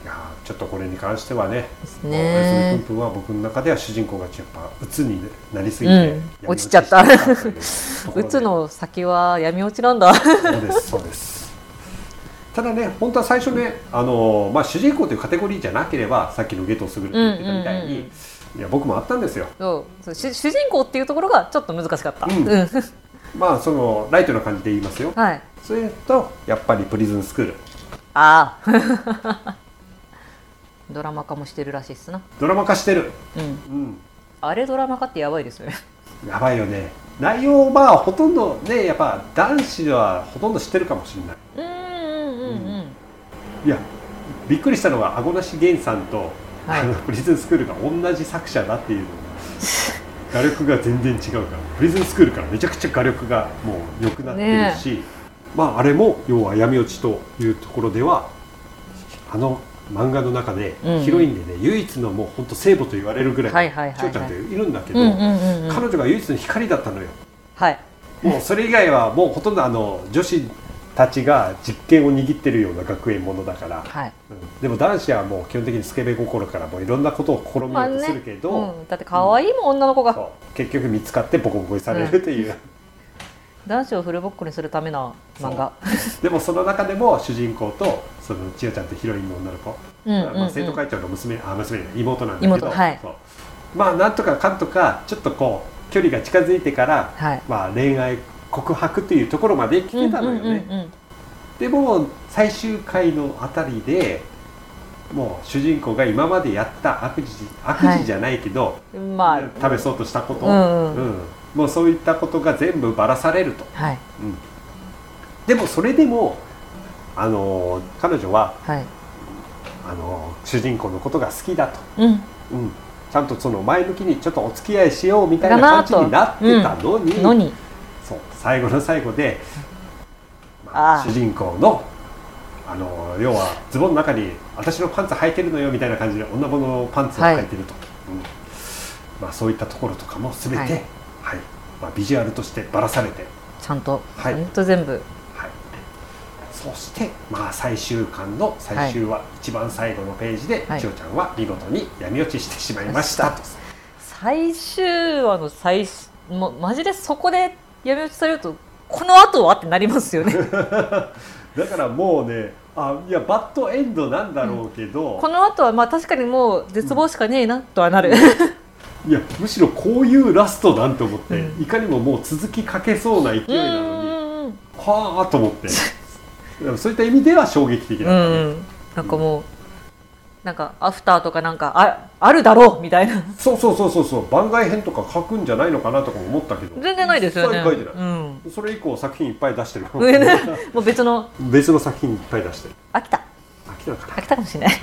Speaker 1: いやーちょっとこれに関してはね
Speaker 2: す
Speaker 1: もう
Speaker 2: ね
Speaker 1: おやすみぷんぷんは僕の中では主人公がやっぱ鬱になりすぎて、
Speaker 2: うん
Speaker 1: 闇
Speaker 2: 落ちちゃった
Speaker 1: してしまというとこ
Speaker 2: う
Speaker 1: ろで
Speaker 2: つの先は闇落ちなんだ
Speaker 1: そうですそうですただね本当は最初ね、あのーまあ、主人公というカテゴリーじゃなければさっきの「ゲトすぐる」って言ってたみたいに、
Speaker 2: うんうんうん
Speaker 1: いや僕もあったんですよ
Speaker 2: そうそう主主人公っていうところがちょっと難しかった、
Speaker 1: うん
Speaker 2: うん
Speaker 1: まあそのライトな感じで言いますよ
Speaker 2: はい
Speaker 1: それとやっぱりプリズンスクール
Speaker 2: ああドラマ化もしてるらしいっすな
Speaker 1: ドラマ化してる
Speaker 2: うん
Speaker 1: うん
Speaker 2: あれドラマ化ってやばいですよね
Speaker 1: やばいよね内容まあほとんどねやっぱ男子はほとんど知ってるかもしれない
Speaker 2: うんうんうんうん、
Speaker 1: いやびっくりしたのがアゴナシゲンさんと、
Speaker 2: はい
Speaker 1: あのプリズンスクールが同じ作者だっていうのが画力が全然違うからプリズンスクールからめちゃくちゃ画力がもう良くなってるし、まああれも要は闇落ちというところではあの漫画の中で、
Speaker 2: うん
Speaker 1: ヒロインでね唯一のもう本当聖母と言われるぐら
Speaker 2: はい
Speaker 1: い
Speaker 2: はいはいはい
Speaker 1: ちょうちゃんっているんだけ
Speaker 2: う
Speaker 1: ど、
Speaker 2: んうんうんうん
Speaker 1: 彼女が唯一の光だったのよ
Speaker 2: はい
Speaker 1: もうそれ以外はもうほとんどあの女子たちが実験を握ってるような学園ものだから、
Speaker 2: はい
Speaker 1: うんでも男子はもう基本的にスケベ心からもういろんなことを試みようとするけど、
Speaker 2: うん、だって可愛いもん、女の子
Speaker 1: そ
Speaker 2: が
Speaker 1: う結局見つかってボコボコにされるという、
Speaker 2: 男子をフルボッコにするための漫画
Speaker 1: でもその中でも主人公とその千代ちゃんってヒロインの女の子、
Speaker 2: うんうんうん
Speaker 1: まあ、生徒会長の娘あ娘じゃない妹なんだけど、
Speaker 2: 妹はい
Speaker 1: そうまあなんとかかんとかちょっとこう距離が近づいてから、
Speaker 2: はい
Speaker 1: まあ、恋愛告白というところまで来てたのよね。
Speaker 2: うんうんうんうん
Speaker 1: でも最終回のあたりでもう主人公が今までやった悪事悪事じゃないけど、
Speaker 2: まあ、
Speaker 1: 食べそうとしたこと、
Speaker 2: うんうん
Speaker 1: んもうそういったことが全部ばらされると、
Speaker 2: はい
Speaker 1: うんでもそれでもあのー彼女は
Speaker 2: はい
Speaker 1: あのー主人公のことが好きだと、
Speaker 2: うん
Speaker 1: うんちゃんとその前向きにちょっとお付き合いしようみたいな感じになってたのに,、
Speaker 2: のに
Speaker 1: そう最後の最後で、
Speaker 2: ああ
Speaker 1: 主人公のあの要はズボンの中に私のパンツ履いてるのよみたいな感じで女物のパンツを履いてると、うんまあ、そういったところとかも全て、
Speaker 2: は
Speaker 1: はいいまあ、ビジュアルとしてばらされて、
Speaker 2: ちゃんと、
Speaker 1: はい
Speaker 2: ちゃんと全部
Speaker 1: はい、そして、まあ、最終巻の最終話、一番最後のページで、
Speaker 2: はい
Speaker 1: 千代ちゃんは見事に闇落ちしてしまいましたと。
Speaker 2: 最終話の最終もうマジでそこで闇落ちされるとこの後はってなりますよね
Speaker 1: だからもうねあいやバッドエンドなんだろうけど、
Speaker 2: この後はまあ確かにもう絶望しかねえなとはなる、
Speaker 1: いやむしろこういうラストなんて思って、
Speaker 2: う
Speaker 1: いかにももう続きかけそうな勢い
Speaker 2: うん
Speaker 1: なのに
Speaker 2: うんうん
Speaker 1: はあと思ってでもそういった意味では衝撃的
Speaker 2: う
Speaker 1: だ、
Speaker 2: んうんなんかもうなんかアフターとかなんかああるだろうみたいな
Speaker 1: そうそうそうそうそう番外編とか書くんじゃないのかなとかも思ったけど
Speaker 2: 全然ないですよね
Speaker 1: 一切書いて
Speaker 2: う
Speaker 1: ない、
Speaker 2: ん
Speaker 1: それ以降作品いっぱい出してる
Speaker 2: もう別の
Speaker 1: 別の作品いっぱい出してる
Speaker 2: 飽きた
Speaker 1: 飽きたのかな
Speaker 2: 飽きたかもしれない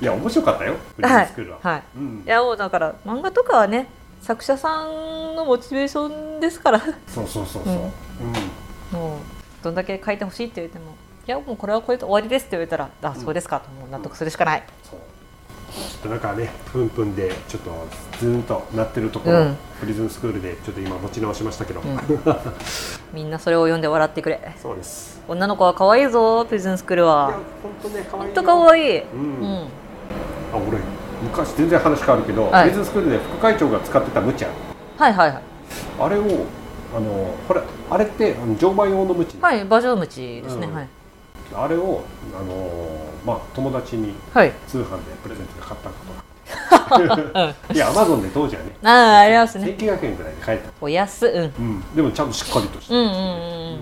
Speaker 1: いや面白かったよフリースクールは、
Speaker 2: はい
Speaker 1: うん
Speaker 2: い、やもうだから漫画とかはね作者さんのモチベーションですから
Speaker 1: そうそうそうそう、
Speaker 2: うん
Speaker 1: うん
Speaker 2: もうどんだけ書いてほしいって言ってもいやもうこれはこれで終わりですって言われたらあそうですかともう納得するしかない、
Speaker 1: そうちょっとなんかねプンプンでちょっとズーンとなってるところ、
Speaker 2: うん
Speaker 1: プリズンスクールでちょっと今持ち直しましたけど、
Speaker 2: んみんなそれを読んで笑ってくれ
Speaker 1: そうです
Speaker 2: 女の子は可愛いぞプリズンスクール
Speaker 1: いや
Speaker 2: は
Speaker 1: 本当ね可愛い
Speaker 2: ほん
Speaker 1: よ
Speaker 2: と可愛い
Speaker 1: うん
Speaker 2: うん
Speaker 1: あ俺昔全然話変わるけど、
Speaker 2: は
Speaker 1: プ
Speaker 2: い
Speaker 1: リズンスクールで副会長が使ってたムチャ
Speaker 2: はいはいはい
Speaker 1: あれをあのこれあれってあの乗馬用のムチ、
Speaker 2: はいバジョウムチですね、
Speaker 1: うん
Speaker 2: はい
Speaker 1: あれをあのまあ友達に
Speaker 2: はい
Speaker 1: 通販でプレゼントで買ったことが いやアマゾンで当時はね
Speaker 2: ああありますね
Speaker 1: 1900円ぐらいで買えた、
Speaker 2: おやすうん
Speaker 1: うん、でもちゃんとしっかりとして
Speaker 2: うん
Speaker 1: る
Speaker 2: う
Speaker 1: し
Speaker 2: ん
Speaker 1: ね、
Speaker 2: うんうん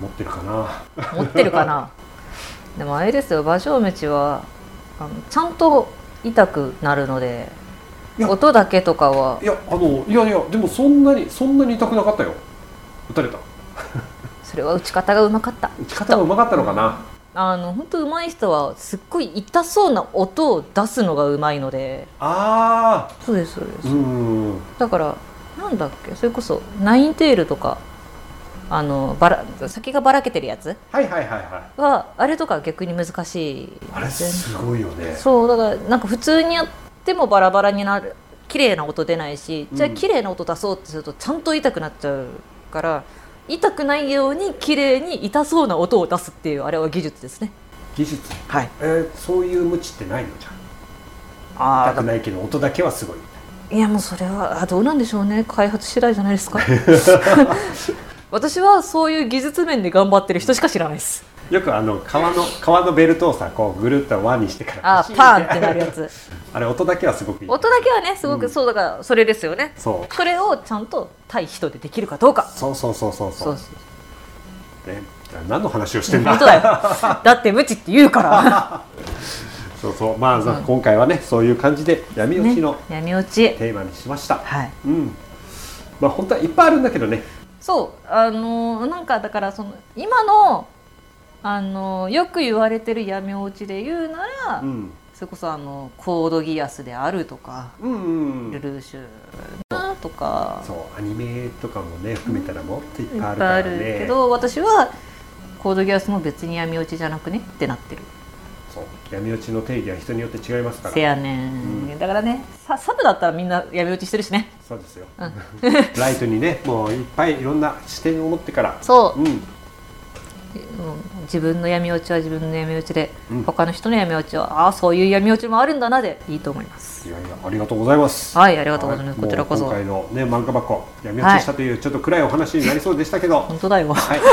Speaker 1: 持ってるかな
Speaker 2: 持ってる かなでもあれですよ馬上道はあのちゃんと痛くなるので
Speaker 1: いや
Speaker 2: 音だけとかはい
Speaker 1: やあのいやいやでもそんなにそんなに痛くなかったよ打たれた
Speaker 2: それは打ち方がうまかった
Speaker 1: 打ち方がうまかったのかな
Speaker 2: あの本当うまい人はすっごい痛そうな音を出すのがうまいので
Speaker 1: ああ
Speaker 2: そうですそうで
Speaker 1: う
Speaker 2: す、
Speaker 1: ん
Speaker 2: だからなんだっけそれこそナインテールとかあのばら先がばらけてるやつ
Speaker 1: はいはいはいはい
Speaker 2: はあれとか逆に難しい
Speaker 1: あれ
Speaker 2: ですね
Speaker 1: すごいよね
Speaker 2: そうだからなんか普通にやってもバラバラになる綺麗な音出ないしじゃあ
Speaker 1: うん
Speaker 2: 綺麗な音出そうってするとちゃんと痛くなっちゃうから痛くないように綺麗に痛そうな音を出すっていうあれは技術ですね
Speaker 1: 技術
Speaker 2: はい
Speaker 1: えーそういう無知ってないのじゃん
Speaker 2: あ
Speaker 1: 痛くないけど音だけはすごいみたい
Speaker 2: いやもうそれはあどうなんでしょうね開発次第じゃないですか私はそういう技術面で頑張ってる人しか知らないです
Speaker 1: なよくあの革の革のベルトをさこうぐるっと輪にしてから
Speaker 2: あーパーンってなるやつ
Speaker 1: あれ音だけはすごくいい
Speaker 2: 音だけはねすごく、
Speaker 1: うん
Speaker 2: そうだからそれですよね
Speaker 1: そう
Speaker 2: それをちゃんと対人でできるかどうか
Speaker 1: そうそうそうそうそ
Speaker 2: そううそう
Speaker 1: ねじゃあ何の話をしてんだ
Speaker 2: 本 当だよだって無知って言うから
Speaker 1: そうそうまあ、さ今回はねそういう感じで闇落ちの
Speaker 2: 闇落ち
Speaker 1: テーマにしました、
Speaker 2: はい
Speaker 1: うんまあ本当はいっぱいあるんだけどね
Speaker 2: そうあのーなんかだからその今のあのーよく言われてる闇落ちで言うなら、
Speaker 1: うん
Speaker 2: それこそあのコードギアスであるとか、
Speaker 1: うんう
Speaker 2: ル
Speaker 1: ん
Speaker 2: ルーシュなとか
Speaker 1: そうアニメとかもね含めたらもっといっ
Speaker 2: いっ
Speaker 1: ぱいあるか
Speaker 2: ぱいあ
Speaker 1: ら
Speaker 2: る
Speaker 1: ね
Speaker 2: けど、私はコードギアスも別に闇落ちじゃなくねってなってる
Speaker 1: そう闇落ちの定義は人によって違いますか
Speaker 2: せ
Speaker 1: ら
Speaker 2: やねん、
Speaker 1: うん
Speaker 2: だからねさサブだったらみんな闇落ちしてるしね
Speaker 1: そうですよ、
Speaker 2: うん
Speaker 1: ライトにねもういっぱいいろんな視点を持ってから
Speaker 2: そう
Speaker 1: うん
Speaker 2: もう自分の闇落ちは自分の闇落ちで、
Speaker 1: うん
Speaker 2: 他の人の闇落ちはああそういう闇落ちもあるんだなでいいと思います
Speaker 1: いやいやありがとうございます
Speaker 2: はいありがとうございます、
Speaker 1: は
Speaker 2: こちらこそ
Speaker 1: もう今回のね漫画箱闇落ちしたというちょっと暗いお話になりそうでしたけど、
Speaker 2: 本当だ よ
Speaker 1: はい。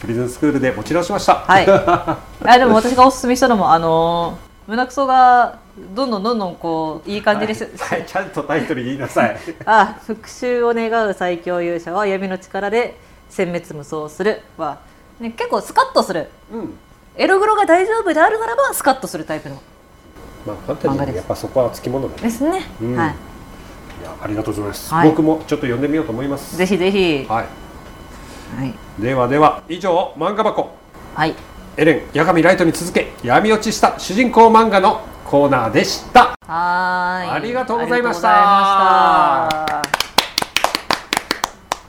Speaker 1: プリズンスクールで持ち直しました。
Speaker 2: はいあでも私がおすすめしたのもあのー胸くそがどんどんどんどんこういい感じです、
Speaker 1: はい、はいちゃんとタイトル言いなさい。
Speaker 2: あ復讐を願う最強勇者は闇の力で殲滅無双するは、ね、結構スカッとする
Speaker 1: うん。
Speaker 2: エログロが大丈夫であるならばスカッとするタイプの
Speaker 1: まあ、ファンタジ
Speaker 2: 漫画
Speaker 1: ー
Speaker 2: で
Speaker 1: も
Speaker 2: す
Speaker 1: やっぱそこはつきものだね。
Speaker 2: ですね、
Speaker 1: うん
Speaker 2: はい
Speaker 1: や、ありがとうございます。
Speaker 2: はい
Speaker 1: 僕もちょっと読んでみようと思いま
Speaker 2: い
Speaker 1: す。
Speaker 2: ぜひぜひ
Speaker 1: は
Speaker 2: はい、
Speaker 1: い。ではでは、以上、漫画箱。
Speaker 2: はい、
Speaker 1: エレン、八神ライトに続け、闇落ちした主人公漫画のコーナーでした。
Speaker 2: はーい。
Speaker 1: ありがとうございました
Speaker 2: ありがとうございまし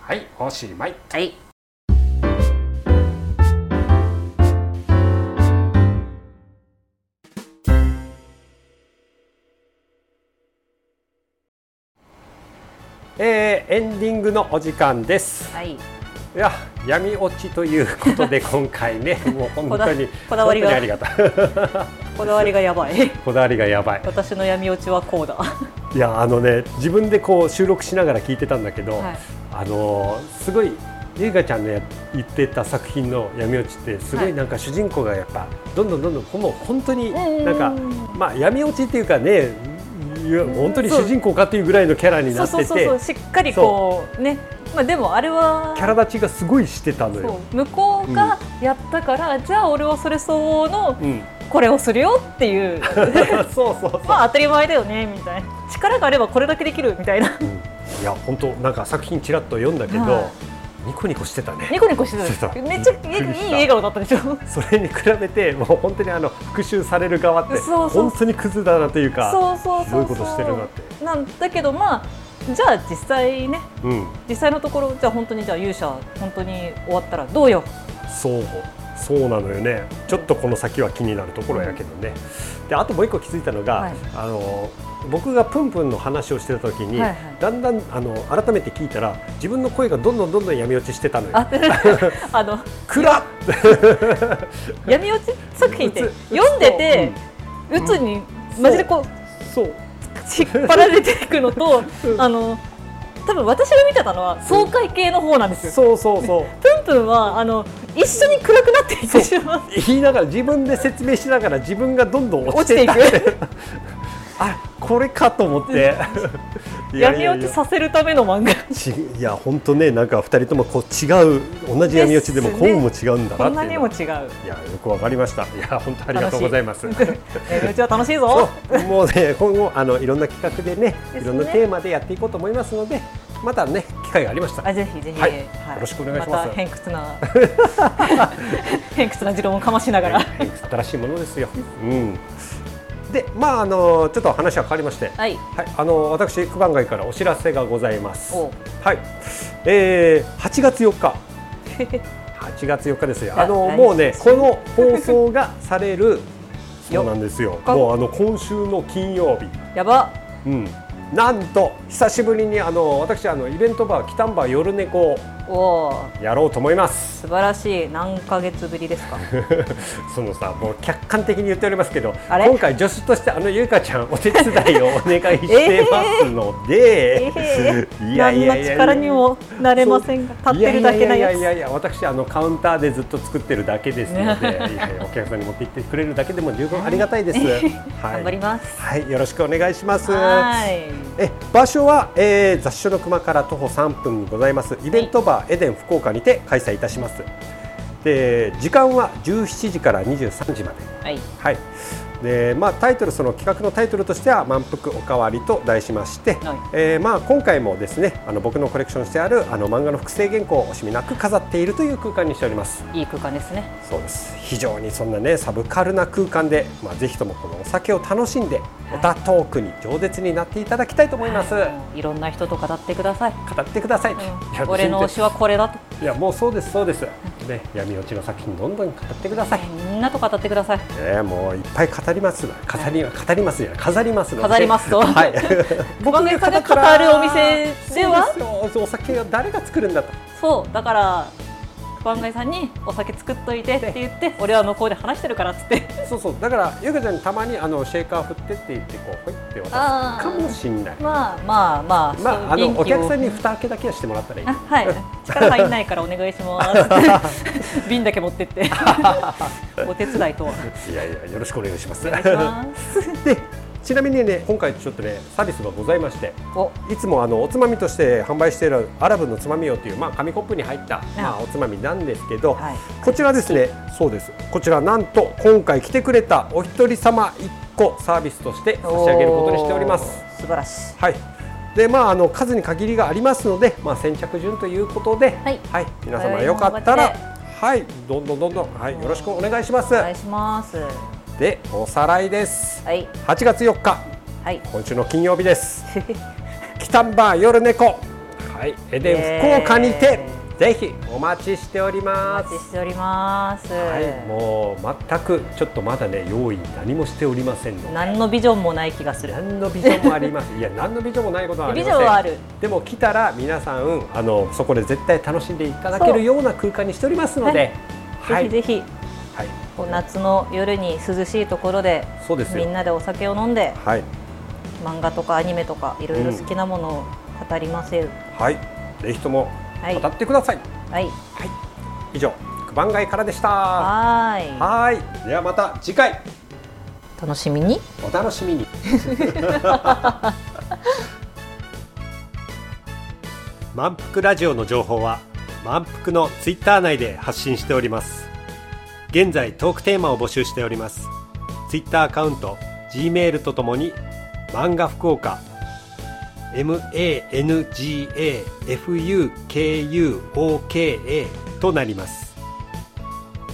Speaker 1: はい、おしまい。
Speaker 2: たはい。
Speaker 1: えー、エンディングのお時間です。
Speaker 2: はい。
Speaker 1: いや、闇落ちということ で、今回ね、もう本当に。
Speaker 2: こだわりが
Speaker 1: 本当にありがたい。
Speaker 2: こだわりがやばい。
Speaker 1: こだわりがやばい。
Speaker 2: 私の闇落ちはこうだ。
Speaker 1: いやあのね自分でこう収録しながら聞いてたんだけど、
Speaker 2: はい
Speaker 1: あのーすごい優香ちゃんのや言ってた作品の闇落ちってすご
Speaker 2: はいい
Speaker 1: なんか主人公がやっぱどんどんどんどんこの本当に
Speaker 2: うん
Speaker 1: なんかまあ闇落ちっていうかねいや本当に主人公かっていうぐらいのキャラに
Speaker 2: そ
Speaker 1: な
Speaker 2: う
Speaker 1: っ
Speaker 2: そう
Speaker 1: て
Speaker 2: そう
Speaker 1: て
Speaker 2: そう。しっかりこうね。まあでもあれは
Speaker 1: キャラ立ちがすごいしてたのよ
Speaker 2: そ。う向こうがやったから、じゃあ俺はそれ相応の
Speaker 1: うん、
Speaker 2: これをするよっ ていう。
Speaker 1: そうそうそう、
Speaker 2: まあ当たり前だよねみたいな。力があればこれだけできるみたいな。
Speaker 1: うんいや本当なんか作品ちらっと読んだけど、
Speaker 2: は
Speaker 1: ニコニコしてたね
Speaker 2: ニコニコしてたんです
Speaker 1: そうそう
Speaker 2: めっちゃ
Speaker 1: びっくりした
Speaker 2: いい笑顔だったでしょ
Speaker 1: それに比べてもう本当にあの復讐される側って
Speaker 2: そうそう
Speaker 1: 本当にクズだなというか
Speaker 2: そうそう
Speaker 1: ひ
Speaker 2: そ
Speaker 1: ど
Speaker 2: う
Speaker 1: いことしてるなって
Speaker 2: なんだけどまあじゃあ実際ね
Speaker 1: うん
Speaker 2: 実際のところじゃあ本当にじゃあ勇者本当に終わったらどうよ
Speaker 1: そうそうなのよねちょっとこの先は気になるところやけどねであともう一個気づいたのが、
Speaker 2: はい
Speaker 1: あの僕がプンプンの話をしてた時に、
Speaker 2: はいはい
Speaker 1: だんだんあの改めて聞いたら自分の声がどんどんどんどん闇落ちしてたのよ
Speaker 2: あ あの
Speaker 1: 暗っ
Speaker 2: 闇落ち作品って
Speaker 1: うつうつと
Speaker 2: 読んでて
Speaker 1: うん
Speaker 2: 鬱に
Speaker 1: そう
Speaker 2: マジでこう
Speaker 1: そう
Speaker 2: 引っ張られていくのと
Speaker 1: うん
Speaker 2: あの多分私が見てたのは爽快系の方なんですよ。
Speaker 1: そうそうそう
Speaker 2: プンプンはあの一緒に暗くなっていってしまう。
Speaker 1: 言いながら自分で説明しながら自分がどんどん落
Speaker 2: 落
Speaker 1: ち
Speaker 2: ち
Speaker 1: て
Speaker 2: て
Speaker 1: い
Speaker 2: い
Speaker 1: た
Speaker 2: く
Speaker 1: あこれかと思っていやい
Speaker 2: 闇
Speaker 1: や
Speaker 2: 落
Speaker 1: い
Speaker 2: ち
Speaker 1: や
Speaker 2: させるための漫画。
Speaker 1: ちいや本当ねなんか二人ともこう違う同じ闇落ちでも
Speaker 2: です
Speaker 1: こ
Speaker 2: ね
Speaker 1: うも違うんだ
Speaker 2: こん
Speaker 1: な
Speaker 2: な
Speaker 1: ってい
Speaker 2: に
Speaker 1: う
Speaker 2: も
Speaker 1: の
Speaker 2: 違う。
Speaker 1: いやよくわかりましたいや本当ありがとうございます
Speaker 2: 闇落ちは楽しいぞ。
Speaker 1: そうもうね今後あのいろんな企画でね
Speaker 2: ですね
Speaker 1: いろんなテーマでやっていこうと思いますのでまたね機会がありましたら
Speaker 2: あぜひぜひ、
Speaker 1: はい
Speaker 2: はい
Speaker 1: よろしくお願いします
Speaker 2: また偏屈な 偏屈な持論をかましながら。
Speaker 1: 新しいものです よ、うん、でまああのちょっと話は変わりまして
Speaker 2: はい。
Speaker 1: はい、あの私九番街からお知らせがございます。
Speaker 2: お
Speaker 1: はい、えー、8月4日。8月4日ですよ。あの
Speaker 2: あ
Speaker 1: もうね
Speaker 2: 来週
Speaker 1: この放送がされ るそうなんですよ。
Speaker 2: 日
Speaker 1: もうあの今週の金曜日、
Speaker 2: やば。
Speaker 1: うん、なんと久しぶりにあの私あのイベントバー北んバー夜猫を
Speaker 2: おお。
Speaker 1: やろうと思い ます。
Speaker 2: 素晴らしい。何ヶ月ぶりですか。
Speaker 1: そのさもう客観的に言っておりますけど、
Speaker 2: あれ
Speaker 1: 今回助手としてあのゆうかちゃんお手伝いをお願いしてますので、
Speaker 2: え
Speaker 1: いやいやいやいや
Speaker 2: 何の力にもなれませんが立ってるだけなや
Speaker 1: いやいや
Speaker 2: つ
Speaker 1: いやいや私あのカウンターでずっと作ってるだけですのでい やいやお客さんに持ってきてくれるだけでも十分ありがたいです、はい、
Speaker 2: 頑張ります。
Speaker 1: はいよろしくお願いします
Speaker 2: はい。
Speaker 1: え場所は、えー雑所の熊から徒歩3分にございますイベントバーエデン福岡にて開催いたしますで時間は17時から23時まで
Speaker 2: はい。
Speaker 1: はいでまあ、タイトルその企画のタイトルとしては「満腹おかわり」と題しまして、
Speaker 2: はい
Speaker 1: えーまあ、今回もですねあの僕のコレクションしてあるあの漫画の複製原稿を惜しみなく飾っているという空間にしております
Speaker 2: いい空間ですね。
Speaker 1: そうです非常にそんなねサブカルな空間で、まあ、ぜひともこのお酒を楽しんで、オタトークに饒舌になっていただきたいと思います、
Speaker 2: もういろんな人と語ってください。
Speaker 1: 語ってください、いや
Speaker 2: 俺の推しはこれだと。
Speaker 1: いやもうそうですそうです、ね、闇落ちの作品どんどん語ってください、
Speaker 2: みんなと語ってください。
Speaker 1: えー、もういっぱい語ります語り語りますじゃない飾りますので
Speaker 2: 飾りますと
Speaker 1: はい
Speaker 2: 僕が語るお店では
Speaker 1: そうですよお酒を誰が作るんだと
Speaker 2: そうだから番外さんにお酒作っといてって言って俺は向こうで話してるからっつって
Speaker 1: そうそうだからゆうかちゃんにたまにあのシェーカー振ってって言ってこうほいって渡
Speaker 2: あ
Speaker 1: す
Speaker 2: ー
Speaker 1: かもしんない
Speaker 2: まあまあまあ
Speaker 1: まああのお客さん
Speaker 2: に
Speaker 1: に蓋開けだけはしてもらったらいい
Speaker 2: あはい力入んないからお願いしますっ て瓶だけ持ってってお手伝いとはお
Speaker 1: いやいやよろしくお願いします
Speaker 2: 願いしま す
Speaker 1: でちなみにね今回ちょっとねサービスがございまして
Speaker 2: お
Speaker 1: いつもあのおつまみとして販売しているアラブのつまみよっていう、まあ、紙コップに入った、まあ、おつまみなんですけど、
Speaker 2: はい
Speaker 1: こちらですねそうですこちらなんと今回来てくれたお一人様1個サービスとして差し上げることにしております。
Speaker 2: おー素晴らし
Speaker 1: はいでまあ、あの数に限りがありますので、まあ、先着順ということで、
Speaker 2: はい
Speaker 1: 皆
Speaker 2: お
Speaker 1: 様
Speaker 2: 願い
Speaker 1: よかったら
Speaker 2: 頑、
Speaker 1: はい、どんどんどんどん、はい、よろしくお願いします
Speaker 2: いお。願いしますは
Speaker 1: でおさらいです。
Speaker 2: い
Speaker 1: 8月4日
Speaker 2: はい
Speaker 1: 今週の金曜日です。キタンバー夜猫はいエデン福岡にて、ぜひお待ちしており
Speaker 2: お
Speaker 1: ま
Speaker 2: 待
Speaker 1: す
Speaker 2: ちしております、
Speaker 1: はいもう全くちょっとまだね用意何もしておりませんので
Speaker 2: 何のビジョンもない気がする
Speaker 1: 何のビジョンもあります いや何のビジョンもないことはありません
Speaker 2: ビジョンはある
Speaker 1: でも来たら皆さんあのそこで絶対楽しんでいただけるような空間にしておりますのでは
Speaker 2: ぜ
Speaker 1: い
Speaker 2: ひぜひ
Speaker 1: はい
Speaker 2: こう夏の夜に涼しいところで
Speaker 1: そうですよ
Speaker 2: みんなでお酒を飲んで
Speaker 1: はい
Speaker 2: 漫画とかアニメとかいろいろ好きなものを語りません、
Speaker 1: はいぜひとも
Speaker 2: はい
Speaker 1: 語ってください、
Speaker 2: はい
Speaker 1: 以上九番街からでしたは
Speaker 2: はーい
Speaker 1: ーいではまた次回
Speaker 2: 楽しみに
Speaker 1: お楽しみ に満腹ラジオの情報は満腹のツイッター内で発信しております現在トークテーマを募集しておりますツイッターアカウント G メールとともに漫画福岡 mangafukouka となります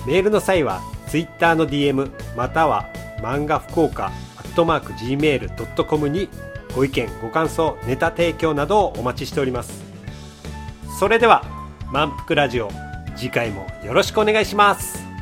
Speaker 1: メールの際は Twitter の DM または漫画福岡 gmail.com にご意見ご感想ネタ提供などをお待ちしておりますそれでは満腹ラジオ次回もよろしくお願いします